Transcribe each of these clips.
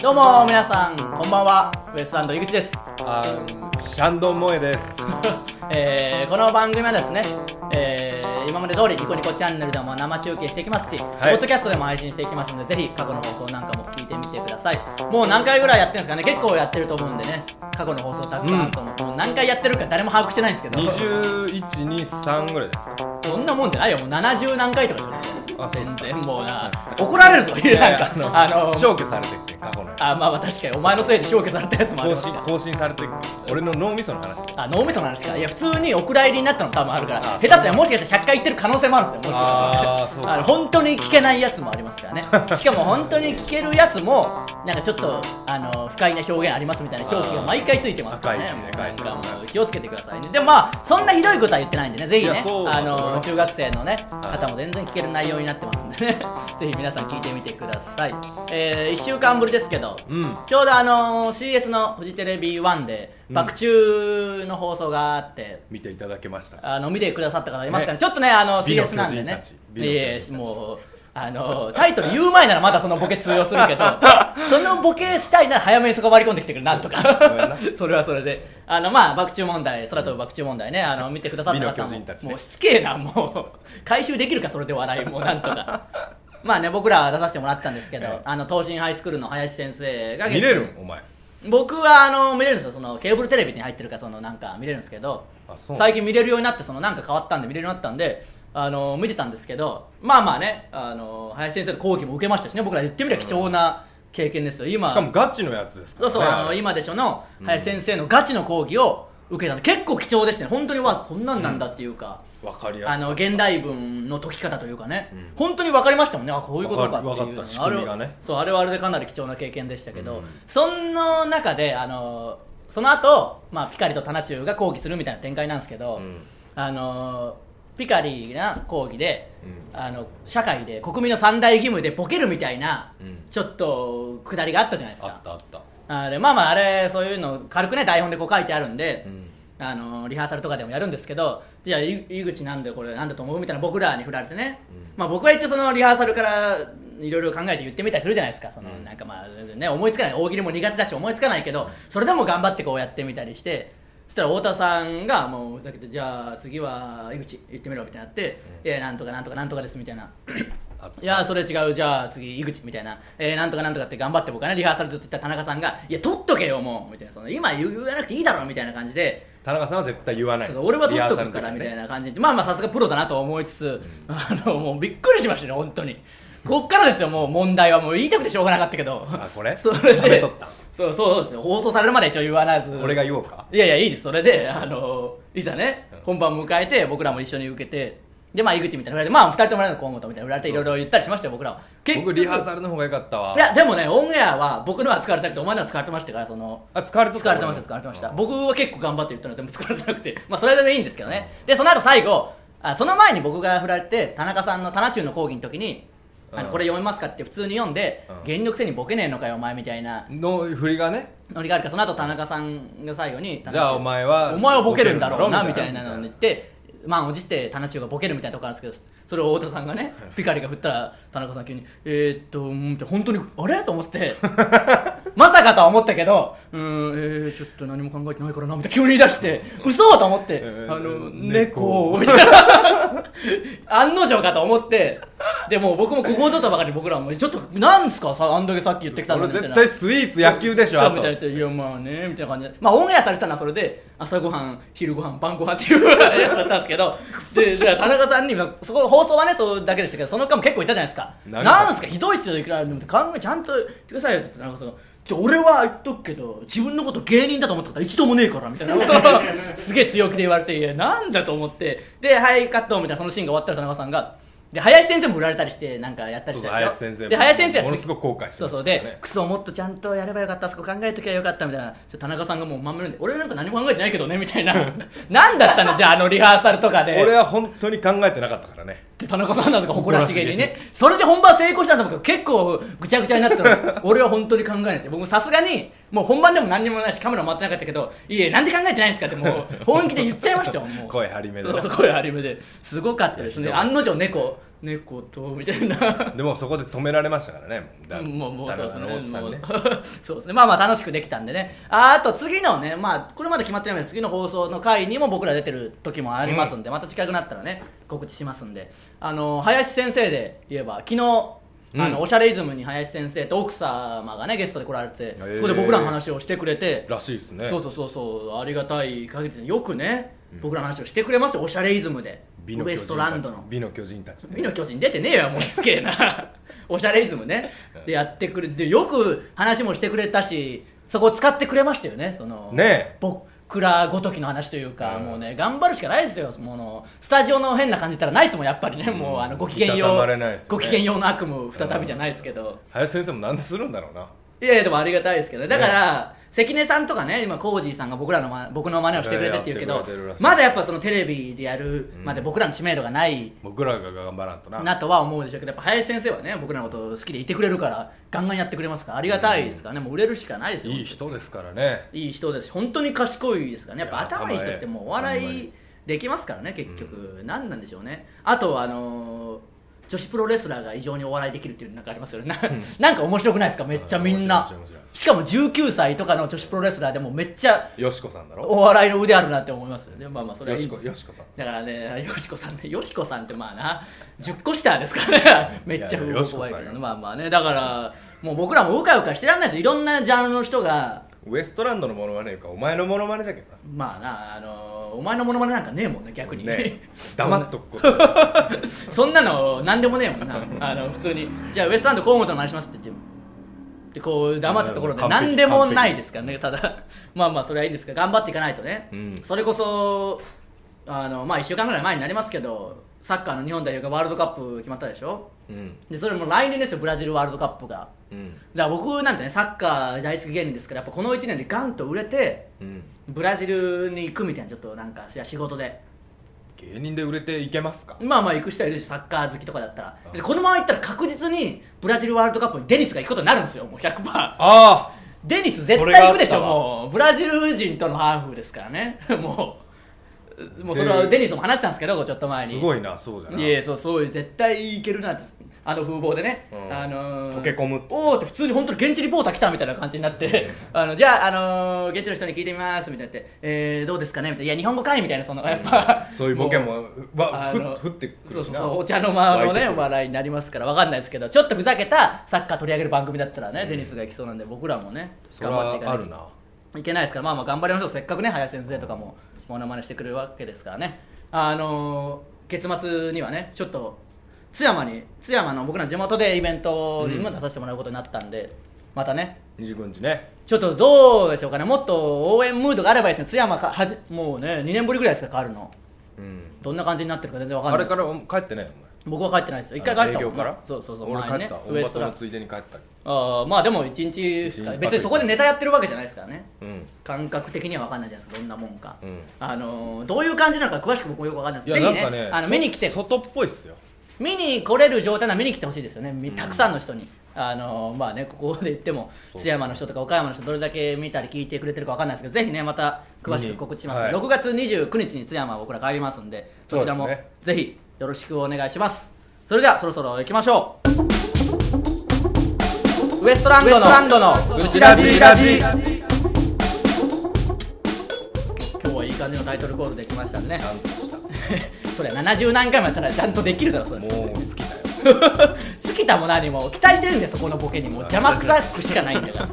どうも皆さんこんばんはウエストランド井口です、 あーシャンドン萌えです。えーこの番組はですね、えー今まで通りニコニコチャンネルでも生中継していきますし、いポッドキャストでも配信していきますのでぜひ過去の放送なんかも聞いてみてくださいもう何回ぐらいやってるんですかね結構やってると思うんでね過去の放送たくさんあると思う、もう何回やってるか誰も把握してないんですけど2123ぐらいですか。そ んなもんじゃないよもう70何回とかでしょあそうです全か然もうな怒られるぞいやなんかあの消去されてって過去のやつあまあまあ確かにお前のせいで消去されたやつもありま更すね新更新されてって俺の脳みその話。あ脳みその話かいや普通にお蔵入りになったの多分あるから下手すりゃもしかしたら100回言ってる可能性もあるんですよもしあかーしたそうらかあの本当に聞けないやつもありますから ねしかも本当に聞けるやつもなんかちょっとあの不快な表現ありますみたいな表記が毎回ついてますからねあーもう赤なんい字ねか書いてもう気をつけてくださいねでもまあそんなひどいことは言ってないんでねぜひいねやそうだあと思いのます中学生のねはい方も全然聞ける内容になってますんでね ぜひ皆さん聞いてみてください、え1週間ぶりですけど、うんちょうどあのー CS のフジテレビ1でうん爆中の放送があって、見ていただけました。あの見てくださった方いますかねねちょっとねあの美の CS なんでねい巨人たち美の巨人えいたえちもうあのータイトル言う前ならまだそのボケ通用する けどそのボケしたいなら早めにそこ割り込んできてくれなんとか それはそれであのまあ爆中問題空飛ぶ爆中問題ねあの見てくださった方美の巨も人たちねもうしつけえなもう回収できるかそれで笑いもうなんと かまあね僕ら出させてもらったんですけど、ええあの東進ハイスクールの林先生が見れるんお前。僕はあの見れるんですよそのケーブルテレビに入ってるからそのなんか見れるんですけどあそう最近見れるようになってそのなんか変わったんで見れるようになったんであの見てたんですけどまあまあねあの林先生の講義も受けましたしね僕ら言ってみれば貴重な経験ですよ今しかもガチのやつですかそらうね。そうあれの。今でしょのうん林先生のガチの講義を受けたの結構貴重でしたね本当にわこんなんなんだっていうか、わかりやすい。あの現代文の解き方というかね、うん本当に分かりましたもんねあこういうことかってわかるいう分のかった仕組みがねあれそうあれはあれでかなり貴重な経験でしたけど、うんその中であのその後、まあピカリとタナチュウが抗議するみたいな展開なんですけど、うんあのピカリが抗議で、うあの社会で国民の三大義務でボケるみたいな、うんちょっとくだりがあったじゃないですあっかたあった。あれまあまああれそういうの軽くね台本でこう書いてあるんで、うんあのリハーサルとかでもやるんですけどじゃあい井口なんでこれなんだと思うみたいな僕らに振られてね、うんまあ、僕は一応そのリハーサルからいろいろ考えて言ってみたりするじゃないですかその、うんなんかまあ、ね、思いつかない大喜利も苦手だし思いつかないけどそれでも頑張ってこうやってみたりしてそしたら太田さんがもうふざけてじゃあ次は井口言ってみろみたいになって、うんいやなんとかなんとかなんとかですみたいなあったいやーそれ違うじゃあ次井口みたいな、えー、なんとかなんとかって頑張って僕はねリハーサルずっと言った田中さんがいや取っとけよもうみたいなその今言わなくていいだろみたいな感じで田中さんは絶対言わない。そうそう俺は取っとくリハーサかルらの時みねたい。な感じで、まあまあさすがプロだなと思いつつ、あのもうびっくりしましたね本当にこっからですよもう問題はもう言いたくてしょうがなかったけどあこれ それ食べでとったそうそうそうですよ放送されるまで一応言わなず俺が言おうか。いやいやいいですそれであのいざね、うん本番迎えて僕らも一緒に受けてでまあ井口みたいな振られてまあ二人ともの河本みたいな振られていろいろ言ったりしましたよ僕らは僕リハールサルの方が良かったわ。いやでもねオンエアは僕のは使われたりとお前のは使われてましたからそのあ疲れとった疲れてました疲れてましたうん僕は結構頑張って言ったので全部疲れてなくてまあそれでいいんですけどねでその後最後あその前に僕が振られて田中さんの「棚中の講義」の時に「あうのんこれ読めますか?」って普通に読んでう「ん芸人のくせにボケねえのかよお前」みたいなの振りがね。ノリがあるからその後田中さんが最後に「じゃあお前はお前はボケるんだろうな」みボケたるいんだなろうのなに言って満を持して田中がボケるみたいなとこあるんですけどそれを太田さんがねピカリが振ったら田中さん急に「えー、っとうん」って本当に「あれ?」と思って まさかとは思ったけど「うーんえー、ちょっと何も考えてないからな」みたいな急に言い出して「嘘と思ってえ「ーあの猫」 猫みたいな案の定かと思ってでもう僕もここを取ったばかりに僕らも「ちょっとなんですかさあんだけさっき言ってきたそのれに」みたいな絶対スイーツ野球でしょ。そうあみとたいなやついやまあねみたいな感じでまあオンエアされたのはそれで朝ごはん昼ごはん晩ごはんっていう やつだったんですけどでじゃあ田中さんにまあそこ放送はねそれだけでしたけどその間も結構いたじゃないですかなんかなんすかひどいっすよいくらでも考えちゃんと言ってくださいよって田中さんがちょ俺は言っとくけど自分のこと芸人だと思ったことは一度もねえからみたい なことをすげえ強気で言われていやなんだと思ってではいカットみたいなそのシーンが終わったら田中さんがで林先生も振られたりしてなんかやったりしたでしょそうそう林先生もで林先生はものすごく後悔してそうましたねそうでクソもっとちゃんとやればよかったあそこ考えときゃよかったみたいなちょ田中さんがもうまんまるんで俺なんか何も考えてないけどねみた いななんだったのじゃああのリハーサルとかで俺は本当に考えてなかったからねって田中さんなんか誇らしげにね誇それで本番成功したんだけど結構ぐちゃぐちゃになった の俺は本当に考えないって僕もさすがにもう本番でも何にもないしカメラも回ってなかったけどいえなんで考えてないんですかってもう本気で言っちゃいましたよもう声張り目でそうそう声張り目ですごかったですいねやひどい案の定猫猫とみたいなでもそこで止められましたからねもうだもうもうだそうですあのおねじさもんうねそう ですねまあまあ楽しくできたんでねああと次のねまあこれまで決まってないので次の放送の回にも僕ら出てる時もありますんで、また近くなったらね告知しますんであの林先生で言えば昨日あの、うんおしゃれイズムに林先生と奥様がねゲストで来られてーそこで僕らの話をしてくれてらしいですねそうそうそうそうありがたい限りでよくね、僕らの話をしてくれますよおしゃれイズムで美のウ巨エ人ストランドたちの美の巨人たちね美の巨人出てねえよもうすげえな おしゃれイズムねでやってくれてよく話もしてくれたしそこを使ってくれましたよねそのねえ僕らごときの話というか、うんもうね頑張るしかないですよもうのスタジオの変な感じったらないですもんやっぱりね、もうあのご機嫌いたたよまう、れないですよねご機嫌ようの悪夢再びじゃないですけど、林先生もなんでするんだろうないやいやでもありがたいですけどねだから、関根さんとかね今コージーさんが僕らのま僕の真似をしてくれてって言うけいやどやってくれてるらしいまだやっぱそのテレビでやるまでうん僕らの知名度がない、僕らが頑張らんとななとは思うでしょうけどやっぱ林先生はね僕らのこと好きでいてくれるからガンガンやってくれますからありがたいですからね、もう売れるしかないですよいい人ですからねいい人ですし本当に賢いですからねやっぱいや頭いい人ってもうお頭い笑いいできますからね結局、何なんでしょうねあとはあのー女子プロレスラーが異常にお笑いできるっていうのなんかありますよね、ななんか面白くないですかめっちゃみんな面白い面白い面しかも19歳とかの女子プロレスラーでもめっちゃよしこさんだろお笑いの腕あるなって思いますよねまあまあそれよはいいんしでこすよしこさんだからね、よしこさんね、よしこさんってまあな、10個下ですからね、めっちゃいやいやうよしこ怖いさけんよどね、まあまあね、だから、もう僕らもうかうかしてらんないですよ、いろんなジャンルの人が、ウエストランドのモノマネいうかお前のモノマネじゃけどなまあな、あのお前のモノマネなんかねえもんね、逆に。ね黙っと くことそんなの、なんでもねえもんな、あの普通に、じゃあ、ウエストランド河本の話しますって言っても。でこう黙ったところで完璧何でもないですからねただ まあまあそれはいいんですが頑張っていかないとね、うんそれこそあのまあ1週間ぐらい前になりますけどサッカーの日本代表がワールドカップ決まったでしょうんでそれも来年ですよブラジルワールドカップがだかうんら僕なんてねサッカー大好き芸人ですからやっぱこの1年でガンと売れてうんブラジルに行くみたいなちょっとなんかいや仕事で芸人で売れていけますかまあまあ行く人はいるしサッカー好きとかだったらうんでこのまま行ったら確実にブラジルワールドカップにデニスが行くことになるんですよもう100%あデニス絶それが対あ行っくでしたょわもうブラジル人とのハーフですからねもうもうそれはでデニスも話したんですけどちょっとあ前にすごいなそうじゃないやそうそう絶対いけるなってあの風貌でね、うんあのー溶け込むっておおって普通に本当に現地リポーター来たみたいな感じになって あのじゃあ、あのー現地の人に聞いてみますみたいになって、えー、どうですかねみたいないや日本語かいみたいなそのやっぱ、そういうボケもわあふのふってくそうるそうしなそうお茶の間の湧いてねくる笑いになりますからわかんないですけどちょっとふざけたサッカー取り上げる番組だったらね、デニスがいきそうなんで僕らもねそれ頑張ってはかないあいとるないけないですからまあまあ頑張りましょうせっかくね林先生とかもモノマネしてくれるわけですからねあのー月末にはねちょっと津山に津山の僕らの地元でイベントにも出させてもらうことになったんで、またね25日ねちょっとどうでしょうかねもっと応援ムードがあればいいですね津山かはじもうね2年ぶりぐらいですか変わるのうんどんな感じになってるか全然わかんあないれですから帰ってないのお前僕は帰ってないです一回帰ったも営業んからそうそうそう俺帰前っねたウ大エスバトトのランドついでに帰ったあーまあでも1日2日別にそこでネタやってるわけじゃないですからねうん感覚的には分かんないじゃないですかどんなもんか、うんあのーどういう感じなのか詳しく僕もよく分かんないいですやぜなんひかねねあのそ見に来て外っぽいっすよ見に来れる状態なら見に来てほしいですよねみうんたくさんの人に、あのーまあねここで言ってもそう津山の人とか岡山の人どれだけ見たり聞いてくれてるか分かんないですけどぜひねまた詳しく告知します、はい6月29日に津山は僕ら帰りますんでそちらもそうですねぜひよろしくお願いしますそれではそろそろ行きましょうウエストランドののうちラジラジ今日はいい感じのタイトルコールできましたんでねちゃんとし それ70何回もやったらちゃんとできるだろそたれもう尽きたよ 好きだも何も期待してるんだよそこのボケにもう邪魔くさくしかないんだから、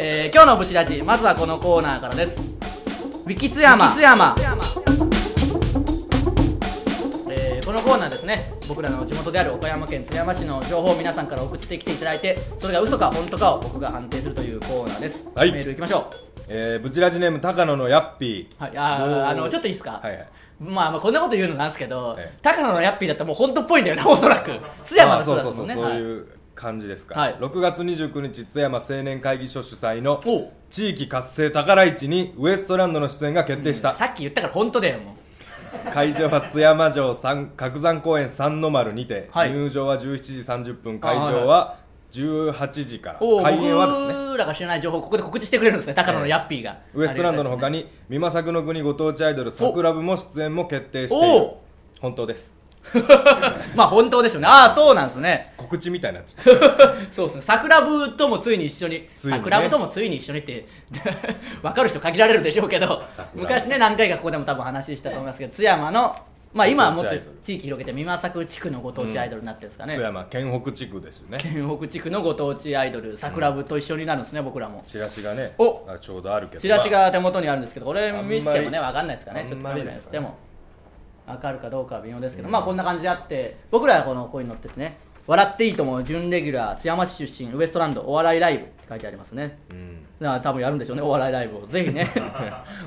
えー今日のブチラジまずはこのコーナーからですウィキツヤマえーこのコーナーですね僕らの地元である岡山県津山市の情報を皆さんから送ってきていただいてそれが嘘か本当かを僕が判定するというコーナーです、はいメールいきましょえーブチラジネーム高野のヤッピう、はい、あおーーあのちょっといいですか、ーはいはいまあ、まあこんなこと言うのなんですけど、ええ高野のヤッピーだったらもう本当っぽいんだよなお そらく津山のあ人そうだそうとそうねそうはいいう感じですか、はい6月29日津山青年会議所主催のおう地域活性宝市にウエストランドの出演が決定した、さっき言ったから本当だよもう会場は津山城三角山公園三の丸にて、はい入場は17時30分あは会いはい場は18時からおお開演はですね僕らが知らない情報をここで告知してくれるんですね高野のヤッピーが、ウエストランドの他にに美作の国ご当地アイドル桜部も出演も決定していおるう本当です まあ本当でしょうねああそうなんですね告知みたいになっちゃったそうですね桜部ともついに一緒についにね桜部ともついに一緒にって 分かる人限られるでしょうけど桜部昔ね何回かここでも多分話したと思いますけど津山のまあ今はもっとご当地アイドル地域広げて美作地区のご当地アイドルになってるんですかね、津山県北地区ですよね県北地区のご当地アイドル桜部と一緒になるんですね、僕らもチラシがねおあちょうどあるけどチラシが手元にあるんですけどこれあんまり見せてもね分かんないですからねちょっとあんまりカメラですにかしてねも分かるかどうかは微妙ですけど、うんまあこんな感じであって僕らはこのここに乗っててね「笑っていいとも」準レギュラー津山市出身ウエストランドお笑いライブって書いてありますねうんだから多分やるんでしょうねお笑いライブをぜひ ね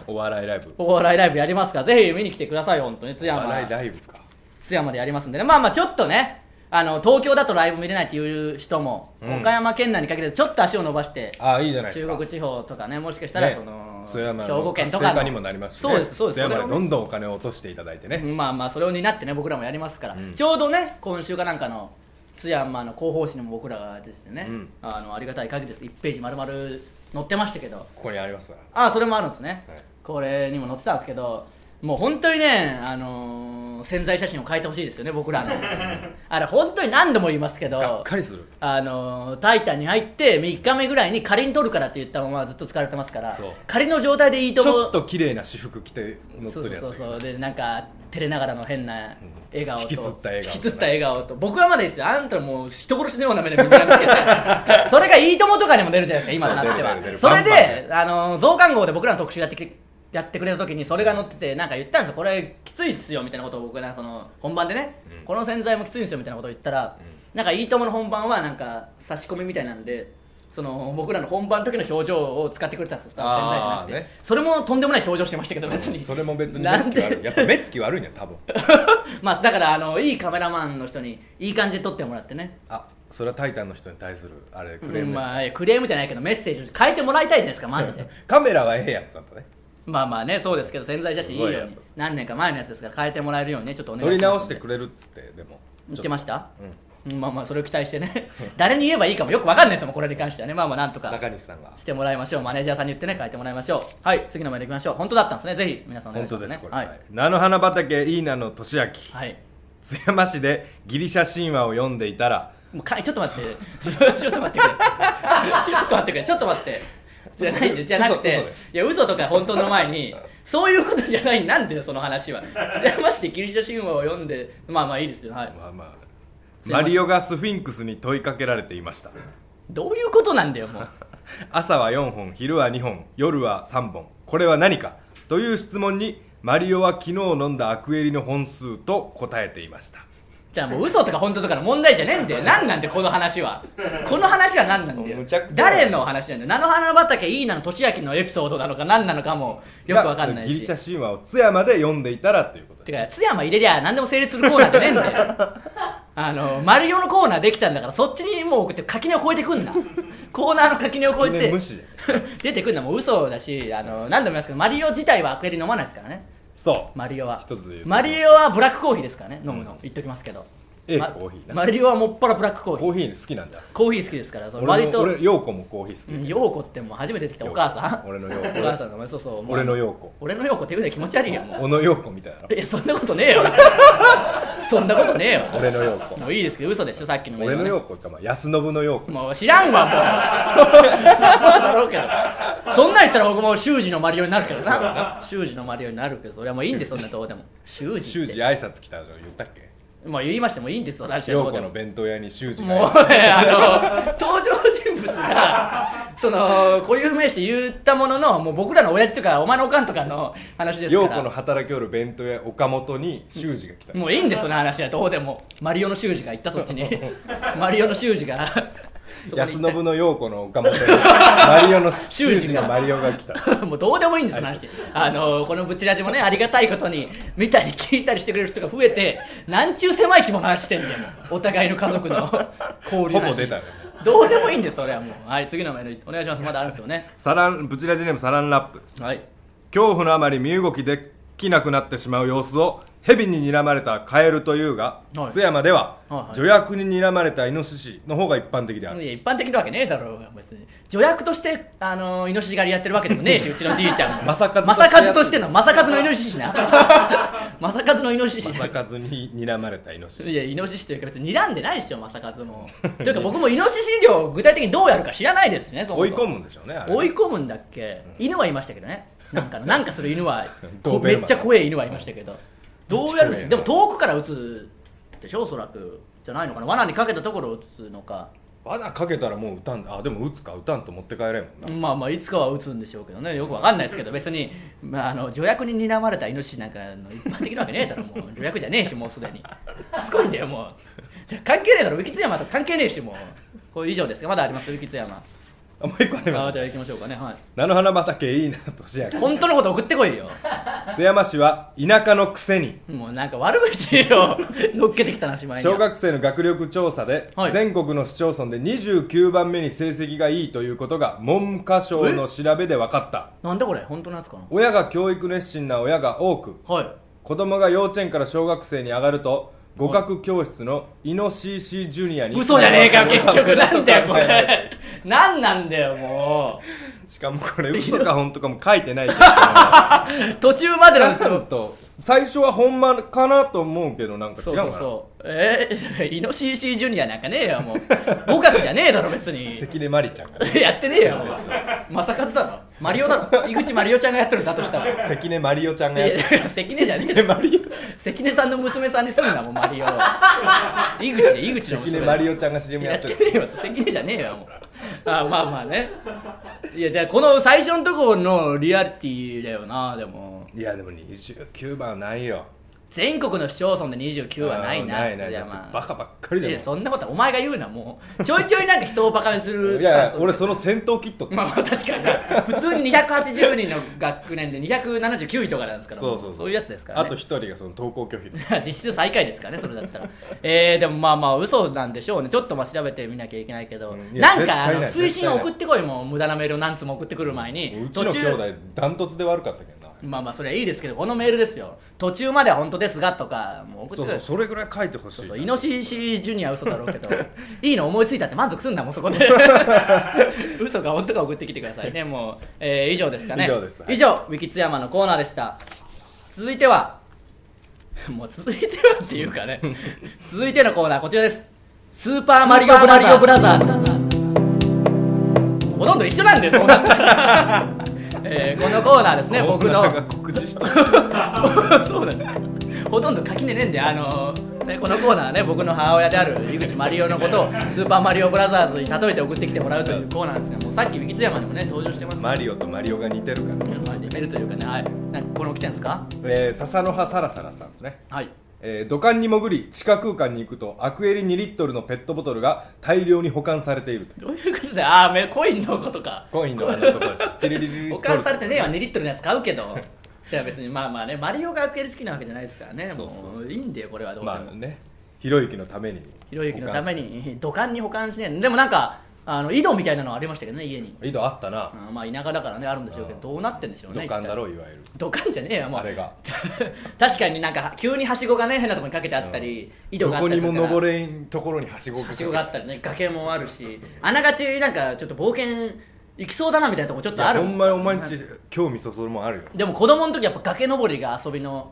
お笑いライブお笑いライブやりますからぜひ見に来てください本当に津お山笑いライブか津山でやりますんでねまあまあちょっとねあの東京だとライブ見れないっていう人も、うん岡山県内にかけてちょっと足を伸ばしてああいいじゃないです中か国地方とかねもしかしたらその、ね、津山兵の庫県と活か性化にもなりますし、ね、そうですそうです津山でそれをどんどんお金を落としていただいてね、ねまあまあそれを担ってね僕らもやりますから、うんちょうどね今週かなんかの津山の広報誌にも僕らが出ててね、うんあのありがたい限りです1ページ丸々載ってましたけどここにありますわああそれもあるんですね、はいこれにも載ってたんですけどもう本当にね、あのー潜在写真を変えてほしいですよね僕ら のあれ本当に何度も言いますけどがっかりするあのータイタンに入って3日目ぐらいに仮に撮るからって言ったままずっと使われてますからそう仮の状態でいいちともょっと綺麗な私服着て乗っそうてるやつそうがいそうるでなんか照れながらの変な笑顔と、引きつった笑顔引きつった笑顔と僕はまだいいですよあんたもう人殺しのような目で見られててそれが「いいとも!」とかにも出るじゃないですか今となってそう出はるそれ出る出るバンバンであの増刊号で僕らの特集やってきやってくれた時にそれが載っててなんか言ったんですよこれきついっすよみたいなことを僕がその本番でね、うんこの洗剤もきついんですよみたいなことを言ったら、うんなんか「いいとも!」の本番はなんか差し込みみたいなんでその僕らの本番の時の表情を使ってくれてたんですよその洗剤じゃなくて、あーねそれもとんでもない表情してましたけど別に それも別にな目んつで き悪いやっぱ目つき悪いんや多分まあだからあのいいカメラマンの人にいい感じで撮ってもらってねあそれは「タイタン」の人に対するあれクレームです、まあ、クレームじゃないけどメッセージを変えてもらいたいじゃないですかマジで カメラはええやつだったねまあまあねそうですけど潜在写真いいよすうごいやにつ何年か前のやつですから変えてもらえるようにねちょっとお願い撮りしま直すしてくれれるっつってでも言ってまししたた、うん、うんまあまあそれを期待してね 誰に言えばいいかもよくわかんないですよもうこれに関してはねまあまあなんとか中西さんがしてもらいましょうマネージャーさんに言ってね変えてもらいましょうはい次のメールいきましょう本当だったんですねぜひ皆さんお願い本しま当す、ね、ですこれ、はい、菜の花畑いいなの俊明はい津山市でギリシャ神話を読んでいたらもうかいちょっと待って ちょっと待ってくれ ちょっと待ってくれちょっと待ってじゃないんでじゃなく嘘嘘てですいや嘘とか本当の前にそういうことじゃないなんだよその話は津山市でギリシャ神話を読んでまあまあいいですよはいまあまあ津山マリオがスフィンクスに問いかけられていましたどういうことなんだよもう朝は4本昼は2本夜は3本これは何かという質問にマリオは昨日飲んだアクエリの本数と答えていましたじゃあもう嘘とか本当とかの問題じゃねえんだよ何なんでこの話はこの話は何なんだよむちゃくちゃ誰の話なんだよ菜の花畑いいなの俊明のエピソードなのか何なのかもよくわかんながいしギリシャ神話を津山で読んでいたらということてですか津山入れりゃ何でも成立するコーナーじゃねえんだ よあのマリオのコーナーできたんだからそっちにもう送って垣根を越えてく んなコーナーの垣根を越え垣て根無視 出てくんなもう嘘だしあの何度も言いますけどマリオ自体はアクエリ飲まないですからねそうマリオは一つ言うとマリオはブラックコーヒーですからね飲むの、うん言っときますけどええまコーヒーなマリオはもっぱらブラックコーヒーコーヒー好きなんだコーヒー好きですからその俺割のと俺陽子もコーヒー好きうん陽子ってもう初めて出てきたお母さん俺の陽お子母さんの名前そうそうもう俺の陽子俺の陽子って言うで気持ち悪いよもう小野陽子みたいなのいやそんなことねえよそんなことねえよ俺の陽子もういいですけど嘘でしょさっきのメー俺ルはのね陽子かまあ安信の陽子もう知らんわもうそうだろうけどそんなん言ったら僕も修二のマリオになるけどな修二のマリオになるけどそれはもういいんですそんなどうでも修二修っ二て挨拶来たの言ったっけもう言いましたもういいんですその話は陽どう子でのも弁当屋に修二がもうねあの登場人物がその固有名詞で言ったもののもう僕らの親父とかお前のおかんとかの話です陽か子のら働きおる弁当屋岡本に修二が来たもういいんですその話はどうでもマリオの修二が行ったそっち にマリオの修二がそこに行った安信の陽子の岡本にマリオの修修二二がのマリオが来 たもうどうでもいいんです、話。あのこのブチラジもね、ありがたいことに、見たり聞いたりしてくれる人が増えて、なんちゅう狭い規模の話してんだよ、もうお互いの家族の交流の話 ほぼ出たよねどうでもいいんです、それはもう。はい、次のメール、お願いします。まだあるんですよね。サランブチラジネームサランラップはい。恐怖のあまり身動きできなくなってしまう様子を蛇に睨まれたカエルというが、はい津山では、はいはい助役に睨まれたイノシシの方が一般的である、いや一般的なわけねえだろうが別に助役としてあのイノシシ狩りやってるわけでもね えしうちのじいちゃんが正和としてやって正和としての正和のイノシシな 正和のイノシシ正和に睨まれたイノシシいやイノシシというか別に睨んでないでしょ正和もというか僕もイノシシ漁を具体的にどうやるか知らないですしねそも追いそも込むんでしょうねあれ追い込むんだっけ、犬はいましたけどねなんかのなんかする犬 はドーベめルマンっちゃ怖い犬はいましたけどどうやるんですめっちゃ怖でもいな遠くから撃つでしょおそらくじゃないのかな罠にかけたところを撃つのか罠かけたらもう打たんあでも打つか打たんと持って帰れんもんな、まあまあいつかは撃つんでしょうけどねよくわかんないですけど別に、まあ、あの助役に睨まれたイノシシなんかの一般的なわけねえだろもう助役じゃねえしもうすでにすごいんだよもう関係ねえだろウキツヤマと関係ねえしもうこれ以上ですかまだありますウキツヤマあもう一個ありあまーすじゃあ行きましょうかねはい菜の花畑いいな年明け本当のこと送ってこいよ津山市は田舎のくせにもうなんか悪口を乗っけてきたなしまいに小学生の学力調査で、はい全国の市町村で29番目に成績がいいということが文科省の調べで分かったなんだこれ本当のやつかな親が教育熱心な親が多くはい子供が幼稚園から小学生に上がると語学教室のイノシシジュニアに嘘じゃねえ かよ結局なんだよこ通わされれなんなんだよもしかもこれ嘘か本当かも書いてないけどちう途中までのゃ うちのんと最初はほんまかなと思うけどなんかそ違ううそかなうそうえー、イノシシジュニアなんかねえよもう 語学じゃねえだろ別に 関根麻里ちゃんがねやってねえよもう正和だろマリオだろ井口マリオちゃんがやってるんだと したらい関根麻里ちゃんがややいってや 関根じゃねえ関根だマろリオ関根さんの娘さんにするんだもんマリオ井口で井口の関娘根だ麻里ちゃんが CM ややっっててねるえよ関根じゃねえよもうあまあまあねいやじゃあこの最初のところのリアリティだよなでもいやでも29番はないよ全国の市町村で29はないなあーないないそりゃだっまてあバカばっかりだいもんやそんなことはお前が言うなもうちょいちょいなんか人をバカにするいやいやスタンス俺その戦闘キットってまあまあ確かにな普通に280人の学年で279位とかなんですからそうそうそういうやつですから、あね、と一人がその投稿拒否で 実質最下位ですからねそれだったらえー、でもまあまあ嘘なんでしょうねちょっとまあ調べてみなきゃいけないけど、うんいやなん絶か対あないの追絶対伸ない送ってこいもう無駄なメールを何つも送ってくる前にうちの兄弟ダントツで悪かったけどなまあまあそれはいいですけどこのメールですよ途中までは本当ですがとかもう送ってそくるうそうそれぐらい書いてほしいそなうそうイノシシジュニアは嘘だろうけ どいいの思いついたって満足すんなもうそこ で嘘か本当か送ってきてくださいねもう、えー以上ですかね以上ですはい以上ウィキツヤマのコーナーでした続いてはもう続いてはっていうか ね続いてのコーナーこちらですスーパーマリオブラザーズほとんど一緒なんですそうなった らえーこのコーナーですね僕のコーナーが告示 したそうだねほとんど垣根ねえんで、あのね、このコーナーはね僕の母親である井口マリオのことを「スーパーマリオブラザーズ」に例えて送ってきてもらうというコーナーですがもうさっき三津山にもね登場してますマリオとマリオが似てるから、まあレベルというかねはいなんかこの来てんですかえー、笹の葉サラサラさんですねはいえー土管に潜り地下空間に行くとアクエリ2リットルのペットボトルが大量に保管されているとどういうことだよああめコインのことかコインのあのところです テレリリリリ保管されてねえわ2リットルのやつ買うけどでは別にまあまあねマリオがアクエリ好きなわけじゃないですからねそうそうそうもういいんだよこれはどうでも、まあねひろゆきのためにひろゆきのために土管に保管しねえでもなんかあの井戸みたいなのありましたけどね家に井戸あったな、うんまあ田舎だからねあるんでしょうけうんどどうなってんでしょうね土管だろうういわゆる土管じゃねえよもうあれが 確かになんか急にはしごがね変なところにかけてあったり、井戸どがあっこたにりするもから登れんところにはしごはしごがあったりね崖もあるしあながちなんかちょっと冒険行きそうだなみたいなとこちょっとあるいやほんまにお前んち興味そそるもんあるよでも子供の時やっぱ崖登りが遊びの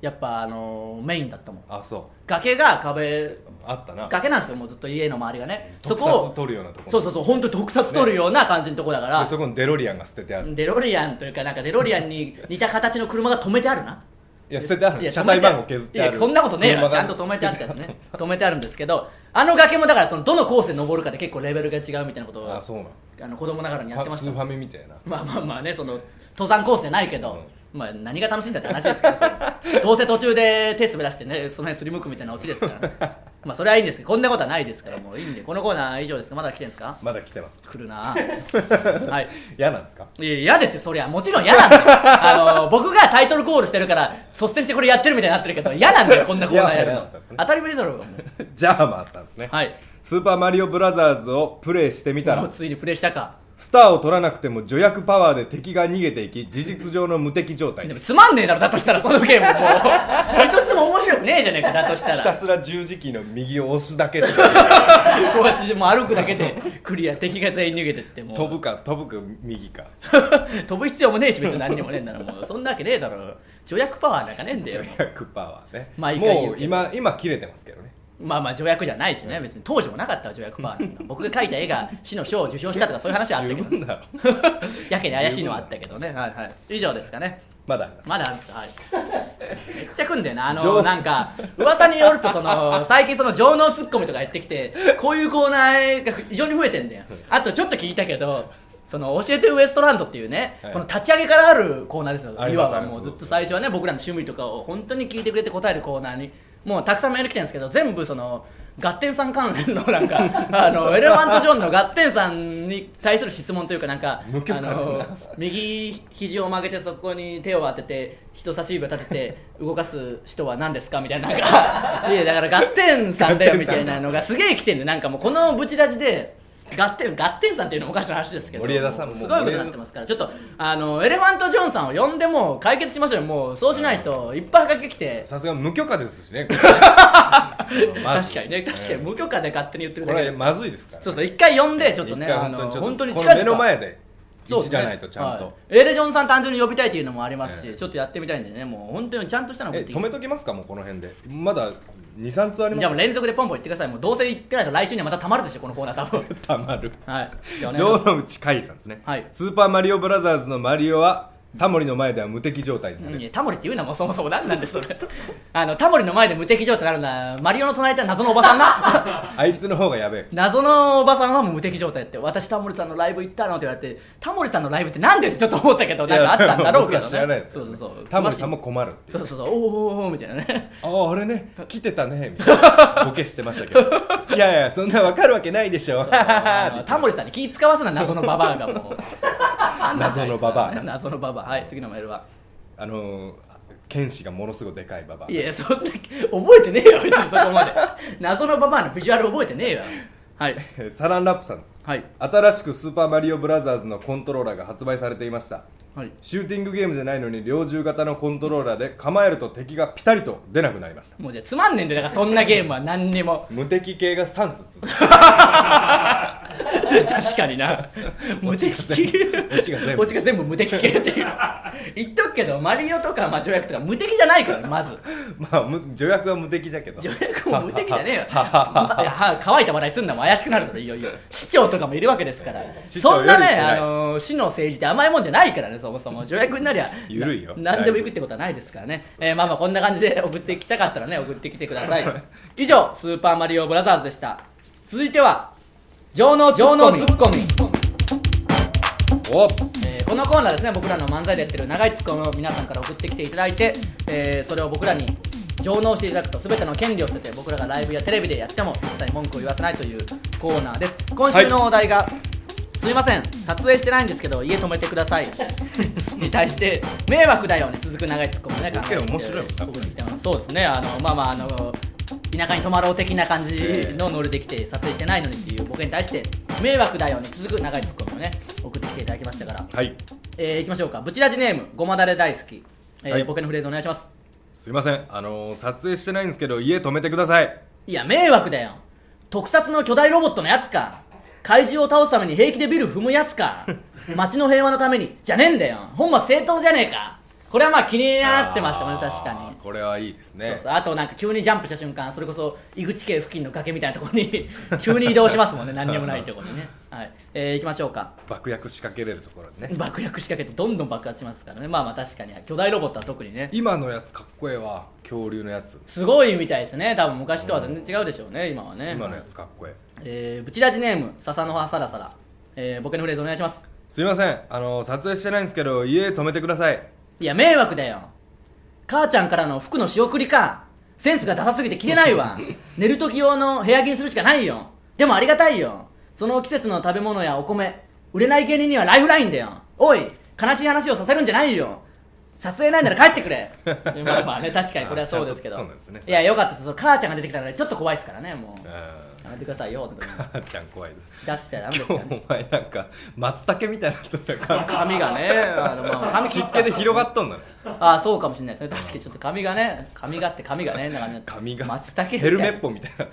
やっぱあのメインだったもんあそ崖が壁うあったな崖なんですよもうずっと家の周りがねそ特こ撮を撮るようなところそうそうそう本当に特撮撮るような感じのとこだから、でそこにデロリアンが捨ててあるデロリアンというかなんかデロリアンに似た形の車が止めてあるないや捨ててあいるや車体番号削ってあいるやそんなことねえ車わちがゃんと止めてあったやつね止めてあるんですけどあの崖もだからそのどのコースで登るかで結構レベルが違うみたいなことをあそうなんあの子供ながらにやってましスたーファミみたいなまあまあまあねその登山コースじゃないけど、まあ、何が楽しいんだって話ですから それどうせ途中で手滑らしてねその辺すりむくみたいなオチですから、ね、まあそれはいいんですけどこんなことはないですからもういいんでこのコーナー以上ですかまだ来てんですかまだ来てます 来るなぁはい嫌なんですか いや嫌ですよ、そりゃ、もちろん嫌なんだよ、あの僕がタイトルコールしてるから、率先してこれやってるみたいになってるけど、嫌なん だよ、こんなコーナーやるいや嫌だのったんですね、当たり前だろうが、もうジャーマンさんですね、はい、スーパーマリオブラザーズをプレイしてみたもうらついにプレイしたか、スターを取らなくても助役パワーで敵が逃げていき事実上の無敵状態でもにつまんねえだろだとしたらそのゲームもう 一つも面白くねえじゃねえかだとしたひら たすら十字キーの右を押すだ けでこうやってもう歩くだけでクリア敵が全員逃げてってもう飛ぶか飛ぶか右か飛ぶ必要もねえし別に何にもねえんだろもうそんなわけねえだろ助役パワーなんかねえんだよ助役パワーね毎回言うけどもう今今切れてますけどねまあまあ助役じゃないしね別に当時もなかったわ助役パワーなんか僕が描いた絵が市の賞を受賞したとかそういう話はあった十けど分だろ やけに怪しいのはあったけどねはいはい以上ですかねまだありますまだあるんですかはいめっちゃ来んだよなあ情の報なんか噂によるとそ の最近その情能ツッコミとかやってきてこういうコーナーが非常に増えてんだよあとちょっと聞いたけどその教えてウエストランドっていうね、はいこの立ち上げからあるコーナーですよありいまわすばあもりうまずすっと最初はね僕らの趣味とかを本当に聞いてくれて答えるコーナーにもうたくさんメール来てるんですけど全部そのガッテンさん関連のなん かあのエレファントジョンのガッテンさんに対する質問というかなんか無許可あだなの右肘を曲げてそこに手を当てて人差し指を立てて動かす人は何ですかみたいななんかいやだからガッテンさんだよみたいなのがすげえ来てんのなんかもうこのブチラジでガッテンガッテンさんっていうのもおかしな話ですけど森枝さんもすごいことになってますからちょっとあのエレファントジョンさんを呼んでもう解決しましょうよもうそうしないといっぱい書き来てさすが無許可ですしね これ確かにね確かに無許可で勝手に言ってるこだけでれすまずいですからそうそう一回呼んでちょっとね一回あのちょっと本当にこ近の々目の前でいそうじらないとちゃんと、はいエレジョンさん単純に呼びたいというのもありますし、ええちょっとやってみたいんでねもう本当にちゃんとしたのをえ送ってき止めときますかもうこの辺でまだ23つありじゃあまもう連続でポンポン言ってくださいもうどうせ言ってないと来週にはまた溜まるでしょこのコーナー多分 すたまるはいじゃあね城之内海さんですね、はいスーパーマリオブラザーズのマリオはタモリの前では無敵状態になうんいるやタモリって言うなもうそもそも何なんですそれあのタモリの前で無敵状態になるのはマリオの隣にいた謎のおばさんなあいつの方がやべえ謎のおばさんはもう無敵状態って私タモリさんのライブ行ったのって言われてタモリさんのライブってなんでってちょっと思ったけどなんかあったんだろうけどいや僕ら ね知らないですけそどうねそうそうタモリさんも困るっていうそうそうそうおーおーおーみたいなねあああれね来てたねみたいなボケしてましたけ どいやいやそんなわかるわけないでしょははははタモリさんに気使わすな謎のババアがもう 謎のババ ア謎のババアはい次のメールはあのー剣士がものすごいでかいババアいやそんな覚えてねえよ別にそこまで謎のババアのビジュアル覚えてねえよはいえーサランラップさんですはい新しくスーパーマリオブラザーズのコントローラーが発売されていましたはいシューティングゲームじゃないのに猟銃型のコントローラーで構えると敵がピタリと出なくなりましたもうじゃあつまんねえんだよだからそんなゲームは何にも無敵系が3つ続く確かに な無敵オチが全部オチが全部オチが全部無敵系っていう言っとくけどマリオとか魔女役とか無敵じゃないからねまずまあむ助役は無敵じゃけど女役も無敵じゃねえよいや歯乾いた笑いすんのも怪しくなるからいよいよ市長とかもいるわけですから市長そんなね、より偉いあのー市の政治って甘いもんじゃないからねそもそも助役になりゃ緩いよな何でもいくってことはないですからね、えーまあまあこんな感じで 送ってきたかったらね送ってきてください以上「スーパーマリオブラザーズ」でした続いては情能情能ツッコミおえーこのコーナーですね僕らの漫才でやってる長いツッコミを皆さんから送ってきていただいて、えーそれを僕らに上納していただくと全ての権利を捨てて僕らがライブやテレビでやっても一切文句を言わせないというコーナーです今週のお題が、すいません撮影してないんですけど家止めてくださ いに対して迷惑だよね続く長いツッコミをね考えて意見面白いもんな僕らに来てますそうですねあのまあまああの田舎に泊まろう的な感じのノリで来て撮影してないのにっていうボケに対して迷惑だよね続く長いツッコミをね送ってきていただきましたからはいえー、いきましょうかブチラジネームごまだれ大好き、えーはいボケのフレーズお願いしますすいませんあのー撮影してないんですけど家止めてくださいいや迷惑だよ特撮の巨大ロボットのやつか怪獣を倒すために平気でビル踏むやつ か街の平和のためにじゃねえんだよ本末正当じゃねえかこれはまあ気になってましたもんねあー確かにこれはいいですねそうそうあとなんか急にジャンプした瞬間それこそ井口家付近の崖みたいなところに 急に移動しますもんね何にもないところにね、はいえー、いきましょうか爆薬仕掛けれるところにね 爆薬仕掛けてどんどん爆発しますからねまあまあ確かに巨大ロボットは特にね今のやつかっこええわ恐竜のやつすごいみたいですね多分昔とは全然違うでしょうね今はね今のやつかっこえええー、ブチラジネーム笹の葉サラサラ、えー、ボケのフレーズお願いしますすいませんあのー撮影してないんですけど家止めてくださいいや迷惑だよ母ちゃんからの服の仕送りかセンスがダサすぎて着れない わ寝る時用の部屋着にするしかないよでもありがたいよその季節の食べ物やお米売れない芸人にはライフラインだよおい悲しい話をさせるんじゃないよ撮影ないなら帰ってく れでまあまあね確かにこれはそうですけどあちゃんと突っ込んだんですねいやよかったですその母ちゃんが出てきたらねちょっと怖いですからねもううんやめてくださいよって母 ちゃん怖いです出したらダメですから今日ねお前なんか松茸みたいになっとったから 髪がねあの、 まあ、髪切っ湿気で広がっとんだねああそうかもしれないですね確かにちょっと髪がね髪がって髪がねなんかね髪が松茸みたいなヘルメッポみたいな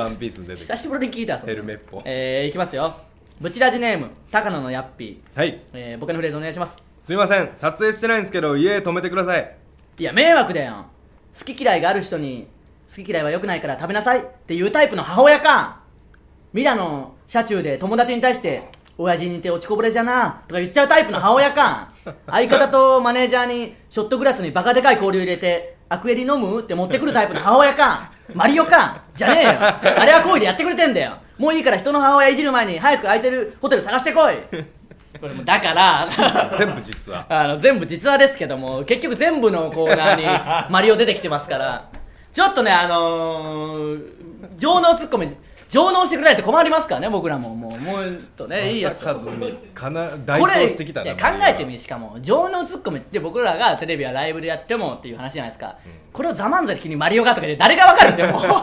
ワンピースに出てき久たしぶりに聞いたそれヘルメッポえー、いきますよブチラジネーム高野のヤッピー、はいえー、僕のフレーズお願いしますすいません撮影してないんですけど家止めてくだ さいいや迷惑だよ好き嫌いがある人に好き嫌いは良くないから食べなさいっていうタイプの母親かミラの車中で友達に対して親父にて落ちこぼれじゃなとか言っちゃうタイプの母親か相方とマネージャーにショットグラスにバカでかい氷を入れてアクエリ飲むって持ってくるタイプの母親かマリオかじゃねえよあれは恋でやってくれてんだよもういいから人の母親いじる前に早く空いてるホテル探してこいこれもうだから全部実はあの全部実話ですけども結局全部のコーナー にマリオ出てきてますからちょっとねあのー、情能ツッコミ情能してくれないと困りますからね僕らももうもうとねいいやつ朝数にかな代これ行してきたいや考なえてみしかも情能ツッコミって僕らがテレビやライブでやってもっていう話じゃないですか、これを「ザ・漫才」で急に「マリオが」とかで誰がわかるんだ よもう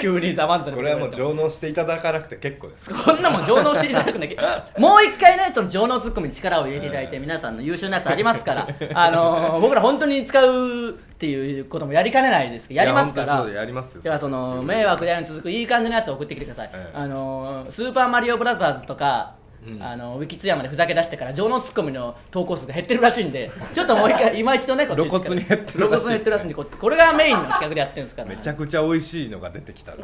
急に「ザ・漫才」これはもう上納していただかなくて結構ですこんなもん上納していただくだけ もう一回ねその上納ツッコミに力を入れていただいて皆さんの優秀なやつあります から、あのー僕ら本当に使うっていうこともやりかねないですけどやりますかいや本ら当にそうだよやりますよだからその迷惑であるに続くいい感じのやつを送ってきてください、ええあのースーパーマリオブラザーズとか、うんあのウィキツヤまでふざけ出してから情能ツッコミの投稿数が減ってるらしいんでちょっともう一 回今一度ねこっち露骨に減って露るらしいです骨に減ってるらしいんでこっちこれがメインの企画でやってるんですからめちゃくちゃ美味しいのが出 てきたの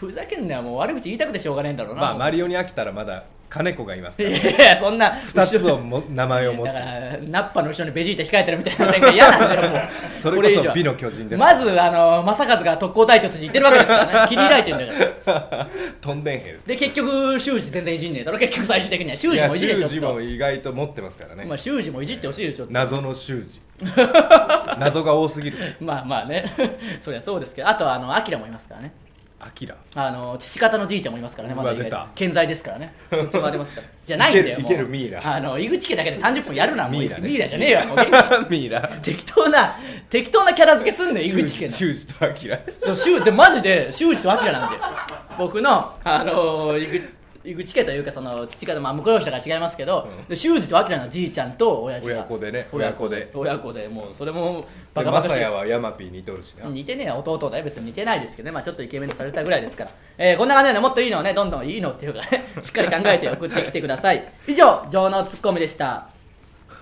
ふざけんなよもう悪口言いたくてしょうがないんだろうな、まあマリオに飽きたらまだ金子がいますいからやいやそんな二つをも名前を持 つだからナッパの後ろにベジータ控えてるみたいな展開嫌なんだよもう それこそ以上は美の巨人ですまずあの正和が特攻隊長として言ってるわけですからね気に入られてるんだからとんでん兵ですで結局修二全然いじんねえだろ結局最終的には修い二やもいじれちゃっ修二もと意外と持ってますからね、まあ修二もいじってほしいでしょ謎の修 二謎が多すぎるまあまあね そりゃそうですけどあとはあのアキラもいますからねアキラあの父方のじいちゃんもいますからねまだうわ出た意外と健在ですからねこっちもありますからじゃないんだよいけるもういけるミイラあの井口家だけで30分やるなもうミイラねミイラじゃねえよもう ミイラ適当な適当なキャラ付けすんねん井口家の修二とアキラでもシューでマジで修二とアキラなんで僕の、あのー、井口井口家というかその父方、まあ、向こうの人が違いますけど、うんで修二とアキラのじいちゃんと親父が親子でね親子で親子でもうそれもバカバカでしマサいヤはヤマピーにとるしな、似てねえよ弟だよ別に似てないですけどね、まあ、ちょっとイケメンとされたぐらいですから、えーこんな感じなんでもっといいのをねどんどんいいのっていうか ねしっかり考えて送ってきてください以上情のツッコミでした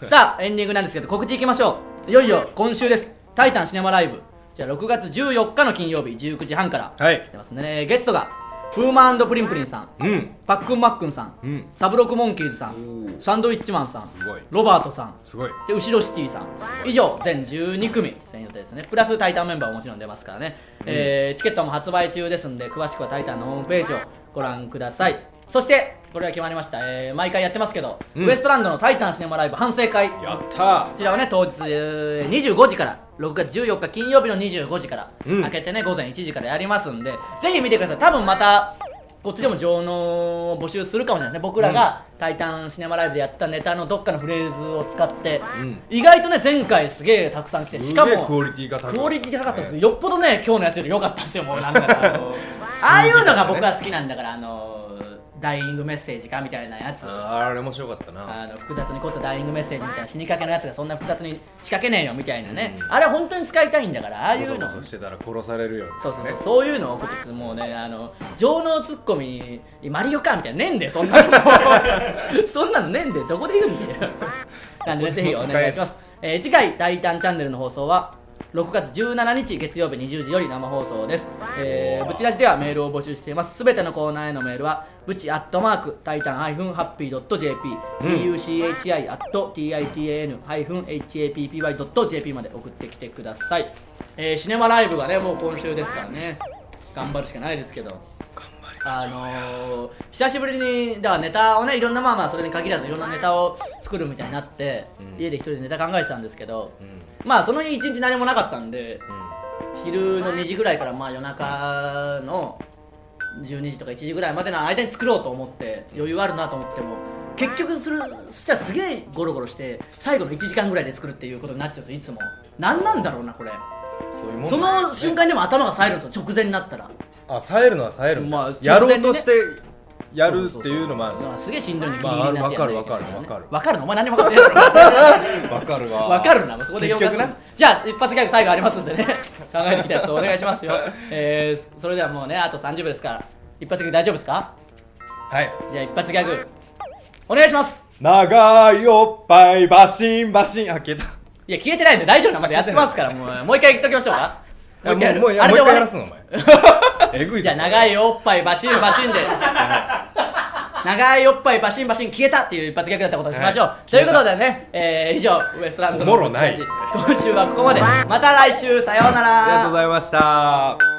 さあエンディングなんですけど告知いきましょういよいよ今週です「タイタンシネマライブ」じゃあ6月14日の金曜日19時半からはい来てますねゲストがフーマンプリンプリンさんうんパックンマックンさん、うんサブロックモンキーズさおんーサンドウィッチマンさんすごいロバートさんすごいで後ろシティさん以上全12組出演予定ですねプラス「タイタン」メンバーももちろん出ますからね、えーチケットも発売中ですんで詳しくは「タイタン」のホームページをご覧くださいそしてこれは決まりました、えー毎回やってますけど、うんウエストランドの「タイタンシネマライブ」反省会やったこーちらはね当日えー25時から6月14日金曜日の25時から、うん開けてね午前1時からやりますんでぜひ見てください多分またこっちでも情能を募集するかもしれないですね僕らが「タイタンシネマライブ」でやったネタのどっかのフレーズを使って、うん意外とね前回すげえたくさん来てしかすげえもクオリティが高いクオリティ高かったです、よっぽどね今日のやつより良かったですよもうなんか あのああいうのが僕は好きなんだからあのダイイングメッセージかみたいなやつあーあれ面白かったなあの複雑に凝ったダイイングメッセージみたいな死にかけのやつがそんな複雑に仕掛けねえよみたいなね、うんあれは本当に使いたいんだからああいうのボソボソしてたら殺されるよそうそうそうそういうのを送ってもうねあの情能ツッコミマリオかみたいなねえんだよそんな のそんなのねえんだよどこで言うんだよなんでねぜひお願いします、えー次回「タイタンチャンネル」の放送は6月17日月曜日20時より生放送です、えー、ぶち出しではメールを募集していますすべてのコーナーへのメールはぶちアットマークタイタンハイフンハッピードット JP うん buchi アット titan ハイフン happy ドット JP まで送ってきてください、えー、シネマライブがねもう今週ですからね頑張るしかないですけど頑張りあのー、久しぶりにだからネタをねいろんなまあまあそれに限らずいろんなネタを作るみたいになって、うん家で一人でネタ考えてたんですけど、うんまあその日一日何もなかったんでうん昼の2時ぐらいからまあ夜中の12時とか1時ぐらいまでの間に作ろうと思って余裕あるなと思っても結局するそしたらすげえゴロゴロして最後の1時間ぐらいで作るっていうことになっちゃうんですよいつも何なんだろうなこれそういうもんそなんのですね瞬間でも頭が冴えるんですよ直前になったらあ冴えるのは冴えるんだ、まあやろう直前にとねしてやるっていうのもあるそうそうそうまあすげえしんどいのにギまあリギリになってやんなきゃいけないわかるわかるわかるわかるのお前何も分かってないだろわかるわわかるな、もうそこで結局了解なするじゃあ、一発ギャグ最後ありますんでね、 考えてきたやつお願いしますよ。えー、それではもうね、あと30秒ですから、一発ギャグ大丈夫ですかはいじゃあ、一発ギャグ、お願いします長いおっぱいバシンバシンあ消えたいや、消えてないんで大丈夫な、まだやってますから、もうもう一回言っときましょうか。いやもうもういやあれで終もう一回やわらりすのお前えぐいぞじゃあ、長いおっぱいバシンバシンで。長いおっぱいバシンバシン消えたっていう一発ギャグだったことにしましょう、はいということでね、えー以上ウエストランドのおもろない今週はここまでまた来週さようならありがとうございました